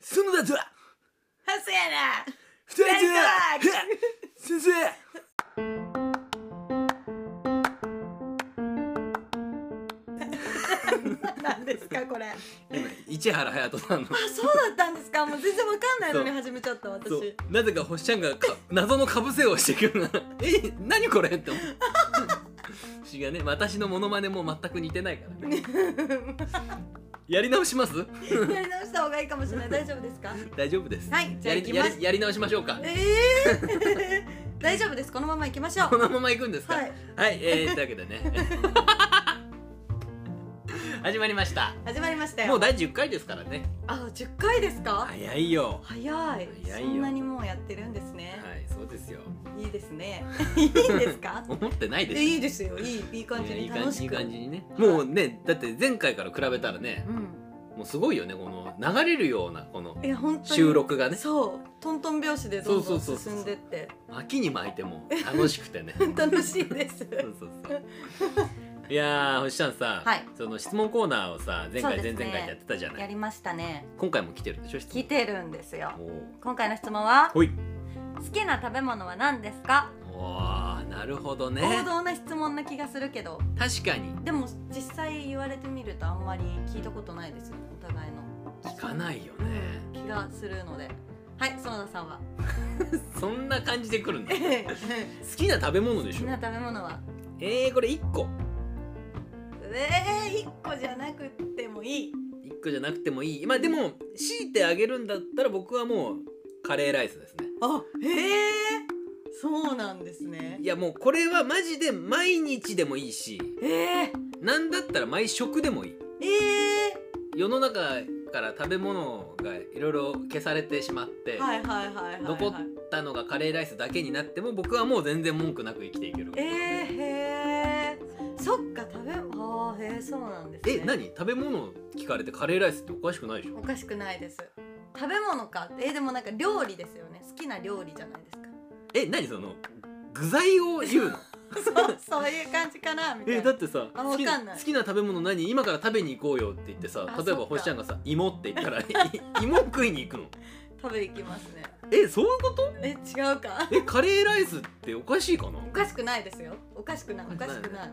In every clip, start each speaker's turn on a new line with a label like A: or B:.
A: 園田とは
B: ハスやな
A: 二人
B: 人だ
A: とは先生
B: なんですかこれあ
A: 今市原隼人さんの
B: そうだったんですかもう全然わかんないのに
A: そう
B: 始めちゃった私
A: そうなぜか星ちゃんがか謎のかぶせをしてくるなえ何これって思う星がね私のモノマネも全く似てないからねやり直します
B: やり直した方がいいかもしれない大丈夫ですか
A: 大丈夫です
B: はいじゃ
A: や
B: あ行
A: り
B: きま
A: や
B: す
A: りやり直しましょうか
B: ええ 大丈夫ですこのまま行きましょ
A: こ
B: う
A: のまま行くんですか
B: はい、
A: えー、というわけでね 始まりました
B: 始まりましたよ
A: もう第10回ですからね
B: あ10回ですか
A: 早いよ
B: 早い
A: 早い
B: そ
A: よ
B: んなにもうやってるんですね、
A: はいそうですよ
B: いいですねいいですか
A: 思ってないでしょ
B: いいですよいいいい感じ
A: いやい
B: に
A: い感
B: 楽
A: じい
B: し
A: い
B: く
A: 感じにねもうねだって前回から比べたらね
B: うん
A: もうすごいよねこの流れるようなこの
B: いや本当に
A: 収録がね
B: そうトントン拍子でどんどん
A: そうそうそうそう
B: 進んでって
A: 秋に巻いても楽しくてね
B: 楽しいです
A: そうそう そういやー星ちゃんさ、
B: はい
A: その質問コーナーをさ前
B: そう
A: 回、
B: ですね
A: 前々回やってたじゃな
B: や
A: い
B: りましたね
A: 今回も来てるでしょ質問
B: 来てるんですよ
A: おー
B: 今回の質問は
A: ほい
B: 好きな食べ物は何ですか
A: おーなるほどね
B: 王道な質問な気がするけど
A: 確かに
B: でも実際言われてみるとあんまり聞いたことないですよねお互いの
A: 聞かないよね
B: 気がするのではい園田さんは
A: そんな感じで来るんだ好
B: 好
A: きな食べ物でし
B: き
A: ょ
B: な食べ物は
A: えー、これ1個
B: えー、一個じゃなくてもいい
A: 1個じゃなくてもいいまあでも強いてあげるんだったら僕はもうカレーライスですね
B: あへえそうなんですね
A: いやもうこれはマジで毎日でもいいし
B: えー、え
A: なんだったら毎食でもいい
B: ー、
A: 世の中から食べ物がいろいろ消されてしまって、
B: はいはいはいはい、はい、
A: 残ったのがカレーライスだけになっても僕はもう全然文句なく生きていける
B: えー、へえそっか食べあーへえそうなんですね
A: え何食べ物聞かれてカレーライスっておかしくないでしょ
B: おかしくないです食べ物かえー、でもなんか料理ですよね好きな料理じゃないですか
A: え何その具材を言うの
B: そうそういう感じかなみたい
A: え
B: な。
A: だってさ
B: あ
A: 好き
B: わかんない
A: 好きな食べ物何今から食べに行こうよって言ってさ
B: あ
A: 例え
B: そ
A: ば
B: っか
A: 星ちゃんがさ芋って言ったら い芋食いに行くの
B: 食べ行きますね。
A: えそういうこと
B: え違うか。
A: えカレーライスっておかしいかな
B: おかしくないですよ。おかしくない。おかしくない。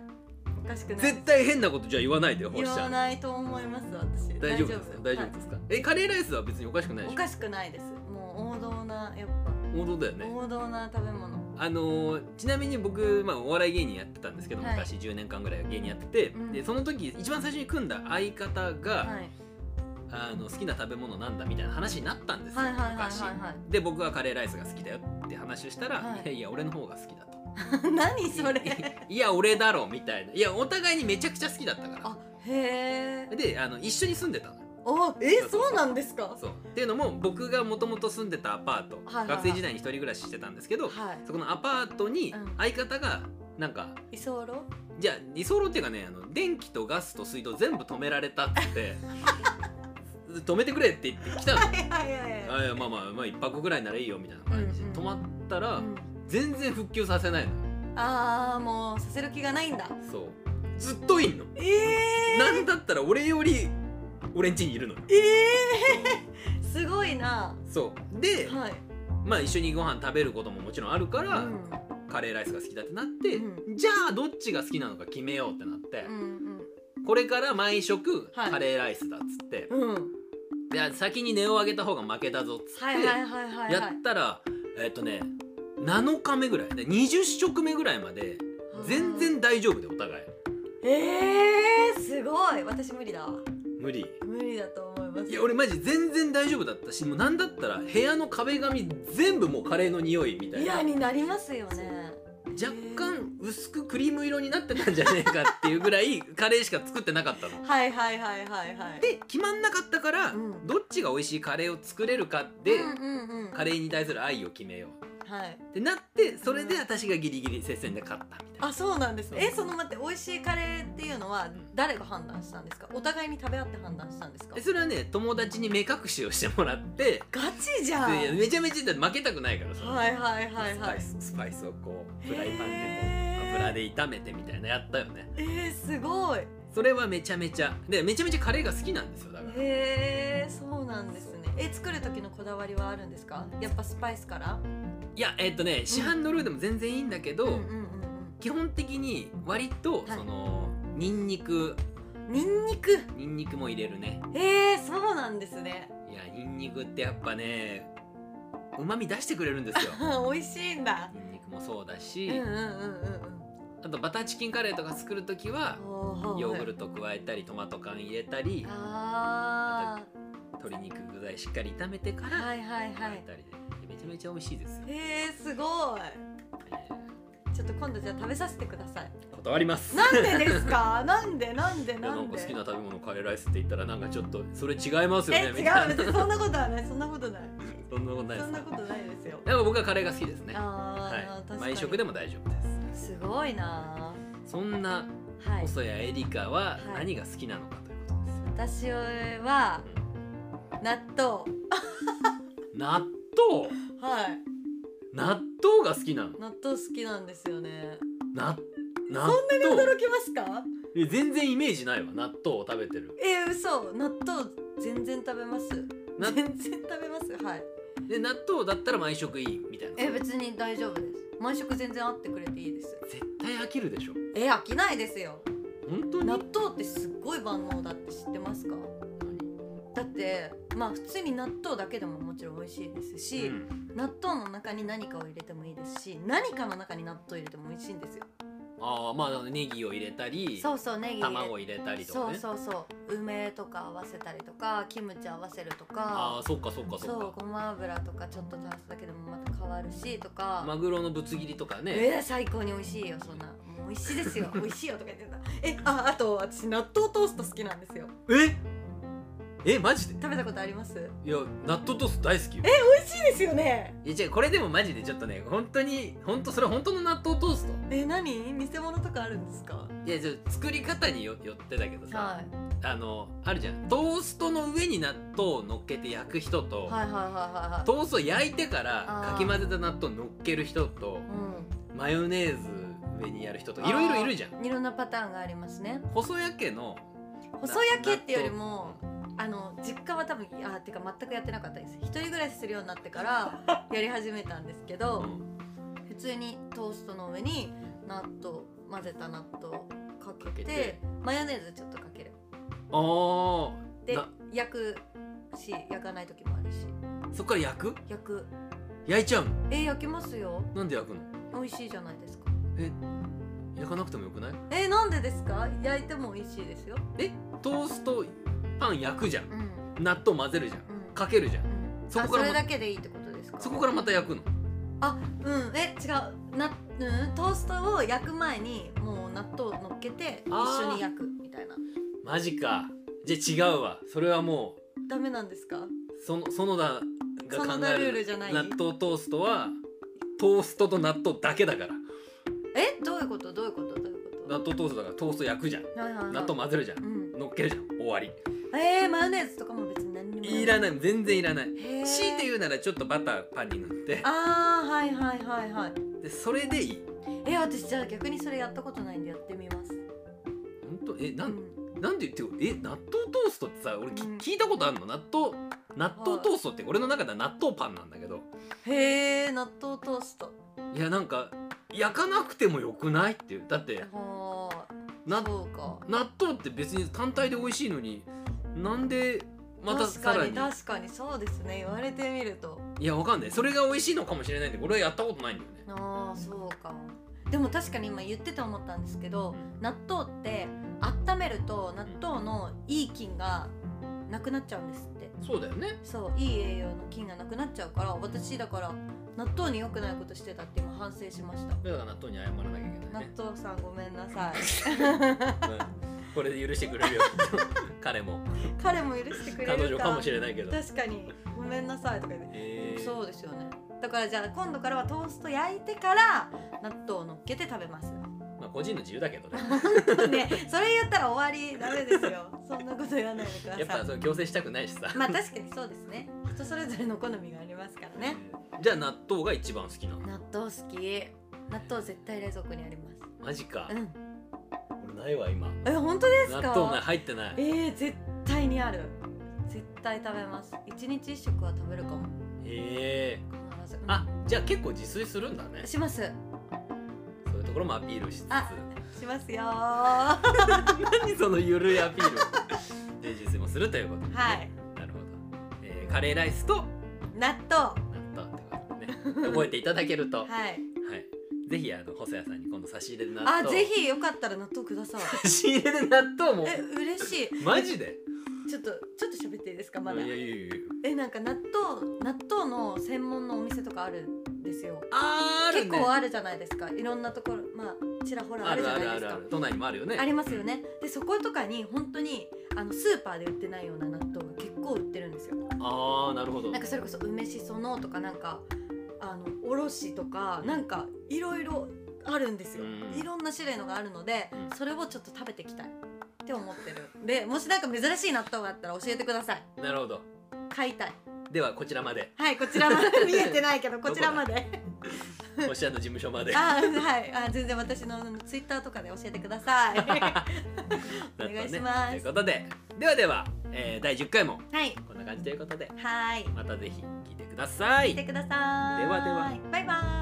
B: おかしくない。
A: 絶対変なことじゃ言わないでよ星
B: 言
A: ちゃ
B: わ
A: ん
B: ないと思います私。
A: 大丈夫ですか大丈夫ですか、えカレーライスは別におかしくない
B: はい
A: でし
B: お
A: ょ
B: かしくないです。もう王道なやっ
A: 王道だよ
B: ぱ、
A: ね
B: 王道な食べ物。
A: あのーちなみに僕、まあ、お笑い芸人やってたんですけど
B: はい
A: 昔10年間ぐらい芸人やってて、
B: うん
A: でその時一番最初に組んだ相方が、
B: はい
A: あの好きな食べ物なんだみたいな話になったんですよ
B: はいはいはい
A: 昔
B: は
A: で僕はカレーライスが好きだよって話をしたら、
B: はい
A: いやいや俺の方が好きだと
B: いはい。 何それ。
A: いや俺だろみたいないやお互いにめちゃくちゃ好きだったか
B: あへえ
A: ら。であの一緒に住んでたのよ
B: おえそうなんですか。
A: そうっていうのも僕がもともと住んでたアパート、
B: はいはい
A: 学生時代に一人暮らししてたんですけど、
B: は
A: そこのアパートに
B: うん
A: 相方がなんか、
B: い。居候？
A: じゃあ居候っていうかねあの電気とガスと水道全部止められたって 止めてくれって言って来たの
B: はいはいはいはい。
A: あいやまあまあまあ一泊ぐらいならいいよみたいな感じで
B: うんうん
A: 泊まったら、
B: うん
A: 全然復旧させないの
B: ああもうさせる気がないんだ。
A: そうずっといんの
B: ええ
A: なんだったら俺より俺ん家にいるのよ
B: ええ すごいな。
A: そうで
B: はい。
A: まあ一緒にご飯食べることももちろんあるから、
B: うん
A: カレーライスが好きだってなって、
B: う
A: じゃあどっちが好きなのか決めようってなって、
B: うん
A: これから毎食
B: はい
A: カレーライスだっつって、
B: うんうん。
A: いや先に値を上げた方が負けだぞっつって、
B: はいはいはいはいはい。
A: やったらえっとね7日目ぐらいで20食目ぐらいまで全
B: うん。
A: 然大丈夫でお互い
B: ええすごい。私無理だわ。
A: 無理
B: 無理だと思います。
A: いや俺マジ全然大丈夫だったしもうなんだったら部屋の壁紙全部もうカレーの匂いみたい
B: い
A: な
B: や
A: 若
B: になりますよね。
A: 干薄くクリーム色になってたんじゃねえかっていうぐらいカレーしか作ってなかったの。
B: はいはいはいはいはい。
A: で決まんなかったから、
B: うん
A: どっちが美味しいカレーを作れるかで、
B: うんうんうん。
A: カレーに対する愛を決めよう
B: はい。
A: ってなってそれで私がギリギリ接戦で勝ったみたいな。
B: あそうなんですね。えその待って美味しいカレーっていうのは誰が判断したんですか。お互いに食べ合って判断したんですか
A: で。それはね友達に目隠しをしてもらって
B: ガチじゃん。は
A: でいや
B: い
A: めちゃめちゃだって負けたくないからさ、
B: はいはい
A: ス
B: は
A: パイ
B: い。
A: ススパイスをこうフライパンでこ
B: へー
A: う油で炒めてみたいなやったよね
B: えー、すごい。
A: それはめちゃめちゃでめちゃめちゃカレーが好きなんですよだから
B: へえそうなんですねえ作る時のこだわりはあるんですかやっぱスパイスから
A: いやえっとね市販のルーでも全然いいんだけど、
B: うんうんうん
A: 基本的に割と
B: はい
A: その、ニンニク
B: うんニンニク
A: ニンニクも入れるね
B: えー、そうなんですね
A: いやニンニクってやっぱねうまみ出してくれるんです よ
B: 美味しいんだ
A: ニンニクもそうだ
B: う
A: し、
B: んうんうんうん
A: あとバターチキンカレーとか作る時は
B: うんお
A: ヨーグル
B: ト
A: ト加えたりトマト缶入れたり
B: あ
A: 鶏肉具材しっかり炒めてか
B: ーは
A: ら
B: いはいは
A: 加え
B: い
A: たりで、めちゃめちゃ美味しいですよ、
B: えー、すごいちょっと今度じゃあ食べさせてください
A: 断ります
B: なんでで すかなんでなんで
A: いや
B: な
A: なんん
B: で
A: か好きな食べ物カレーライスって言ったらなんかちょっとそれ違いますよ
B: え
A: ねみ
B: 違
A: た
B: う
A: いな
B: 別にそんなことはないそんなことない
A: そんなことないで
B: そ
A: す
B: んな
A: か
B: ことないですよ
A: でも僕はカレーが好きですねは
B: あー、
A: い
B: 確かに
A: 毎食でも大丈夫です
B: ごいな
A: すそんな
B: あはい
A: 細谷エリカは
B: はい
A: 何が好きなのかということですよ、
B: 私は納豆
A: 納豆
B: はい
A: 納豆が好きなの
B: 納豆好きなんですよね
A: な納
B: 驚
A: 豆
B: きますか
A: え全然イメージないわ納豆を食べてる
B: えー、嘘納豆全然食べます
A: な
B: 全然食べますはい
A: で納豆だったら毎食いいみたいな
B: え別に大丈夫です毎食全然合ってくれていいです
A: 絶対飽きるでしょ
B: え飽きないですよ
A: 本当に
B: 納豆ってすっごい万能だって知ってますかだってまあ普通に納豆だけでももちろん美味しいですし、
A: うん
B: 納豆の中に何かを入れてもいいですし何かの中に納豆入れても美味しいんですよ
A: ああまあネギを入れたり
B: そうそうネギ入れ
A: 卵入れたりとか
B: そう
A: ね
B: そうそう梅とか合わせたりとかキムチ合わせると
A: あ
B: か
A: あそっかそっかそっ
B: そう
A: か
B: ごま油とかちょっと足すだけでもまた変わるしとか、
A: マグロのぶつ切りとかね
B: えー、最高に美味しいよそんなもう美味しいですよ美味しいよとか言ってたえああと私納豆トースト好きなんですよ
A: ええマジで
B: 食べたことあります美
A: いや納豆トースト大好きよ
B: 味しいですよね
A: えじゃこれでもマジでちょっとね本当に本当それ本当の納豆トースト
B: え何偽物とかあるんですか
A: いやじゃあ作り方によよってだけどさ、
B: はい
A: あのあるじゃんトーストの上に納豆を乗っけて焼く人と、
B: はいはいはいはいはい
A: トーストを焼いてから
B: あー
A: かき混ぜた納豆を乗っける人とマヨネーズ上にやる人といろいろいるじゃん
B: うんいろんなパターンがありますね
A: 細焼けの
B: 細焼けってよりもあの実家は多分あてか全くやってなかったです一人暮らしするようになってから やり始めたんですけ
A: う
B: ど
A: ん
B: 普通にトーストの上に納豆混ぜた納豆かけて
A: かけて
B: マヨネーズちょっとかける
A: あー
B: で
A: な
B: 焼くし焼かない時もあるし
A: そっから焼く
B: 焼く
A: 焼いちゃうの
B: え焼きますよ
A: なんで焼くの
B: 美味しいじゃないですか
A: 焼かなくてもよくない
B: えなんでですか焼いても美味しいですよ
A: えトーストパン焼くじゃん
B: うんうん
A: 納豆混ぜるじゃんかけるじゃん
B: うん
A: そ
B: あ
A: こか
B: そ
A: ら
B: れ
A: ま
B: だけでいいってことですか
A: そこからまた焼くの
B: うんえ違うな、うん、トーストを焼く前にもう納豆を乗っけて一
A: あー
B: 緒に焼くみたいな
A: マジかじゃあ違うわそれはも
B: ダメなんですか
A: うその園田が考
B: 園田
A: え
B: ルー
A: る
B: ルじゃない
A: 納豆トーストはトーストと納豆だけだから
B: えどういうことどういうことどういうこと
A: 納豆トーストだからトースト焼くじゃん
B: はいはいはい
A: 納豆混ぜるじゃん
B: うん
A: 乗っけるじゃん終わり
B: えー、マヨネーズとかも別に何にも
A: いらない全然いらない
B: へー
A: 強いて言うならちょっとバターパンに塗って
B: あーはいはいはいはい
A: でそれでいい
B: え私じゃあ逆にそれやったことないんでやってみます
A: 本当えな
B: うんん
A: なんで言ってえ納豆トーストってさ俺き
B: うん
A: 聞いたことあるの納豆納豆トーストって俺の中では納豆パンなんだけど
B: へー納豆トースト
A: いやなんか焼かなくてもよくないっていうだって
B: は
A: な
B: ーそうか
A: 納豆って別に単体で美味しいのになんでまた
B: 確
A: さら
B: か
A: に
B: に確かにそうですね言われてみると
A: いやわかんないそれが美味しいのかもしれないんで俺はやったことないんだよね
B: あーそうかでも確かに今言ってて思ったんですけど納豆って温めると納豆のいい菌がなくなっちゃうんですって
A: そうだよね
B: そういい栄養の菌がなくなっちゃうから私だから納豆に良くないことしてたって今反省しました
A: だから納豆に謝らなきゃいけない
B: 納
A: ね
B: 豆さんごめん なさい
A: うんこれで許してくれるよ 彼も
B: 彼も許してくれるか
A: 彼女かもしれないけど
B: 確かにごめんなさいとか言って
A: えー
B: そうですよねだからじゃあ今度からはトースト焼いてから納豆を乗っけて食べます
A: まあ個人の自由だけど ね
B: ね、それ言ったら終わりダメですよ。そんなこと言わないでくだ
A: やっぱ
B: さ
A: そ
B: い。
A: れ強制したくないしさ
B: まあ確かにそうですね。人それぞれの好みがありますからね。
A: じゃあ納豆が一番好きなの
B: 納豆好き。納豆絶対冷蔵庫にありま
A: マジか
B: す。うん。
A: 俺ないわ今
B: え本当です
A: 納
B: か？
A: 豆ない入ってない
B: えー、絶対にある。絶対食べます一日一食は食べるかも
A: へえ
B: 必ず、うん
A: あじゃあ結構自炊するんだね
B: します
A: そういうところもアピールしつつ
B: あしま すよーは
A: 何そのゆるいアピールで 自炊もするということですね
B: い
A: なるほど、えーカレーライスと
B: 納豆
A: 納豆ってことでね 覚えていただけるとはい、
B: はい
A: ぜひあの細谷さんに今度差し入れで納
B: あ
A: 豆を
B: ぜひよかったら納豆ください
A: 差し入れで納豆も
B: え嬉しい
A: マジで
B: ちょっとちょっと喋っていいですかまだ
A: いやいやいやいや
B: えなんか納豆納豆の専門のお店とかあるんですよ
A: あーある
B: 結
A: ね
B: 構あるじゃないですかいろんなところまあちらほらあ
A: あ
B: るじ
A: る
B: ゃ
A: あ
B: ない
A: るあ
B: です
A: る
B: か
A: ある都内にもあるよね
B: ありますよねでそことかに本当にあのスーパーで売ってないような納豆が結構売ってるんですよ
A: ああなるほど
B: なんかそれこそ梅しそのとかなんかあのおろしとか
A: うん
B: なんかいろいろあるんですよ、
A: うん
B: いろんな種類のがあるので
A: うん
B: それをちょっと食べていきたいって思ってるでもしなんか珍しい納豆があったら教えてください
A: なるほど
B: 買いたい
A: ではこちらま で
B: はいこちらまで見えてないけどこちらまで
A: 星谷の事務所ま で
B: あはいあ全然私のツイッターとかで教えてくだ さいお願いします
A: ということでではでは、えー第10回も
B: はい
A: こんな感じということで
B: はい
A: またぜひ聞いてください
B: 見てください
A: ではでは
B: バイバイ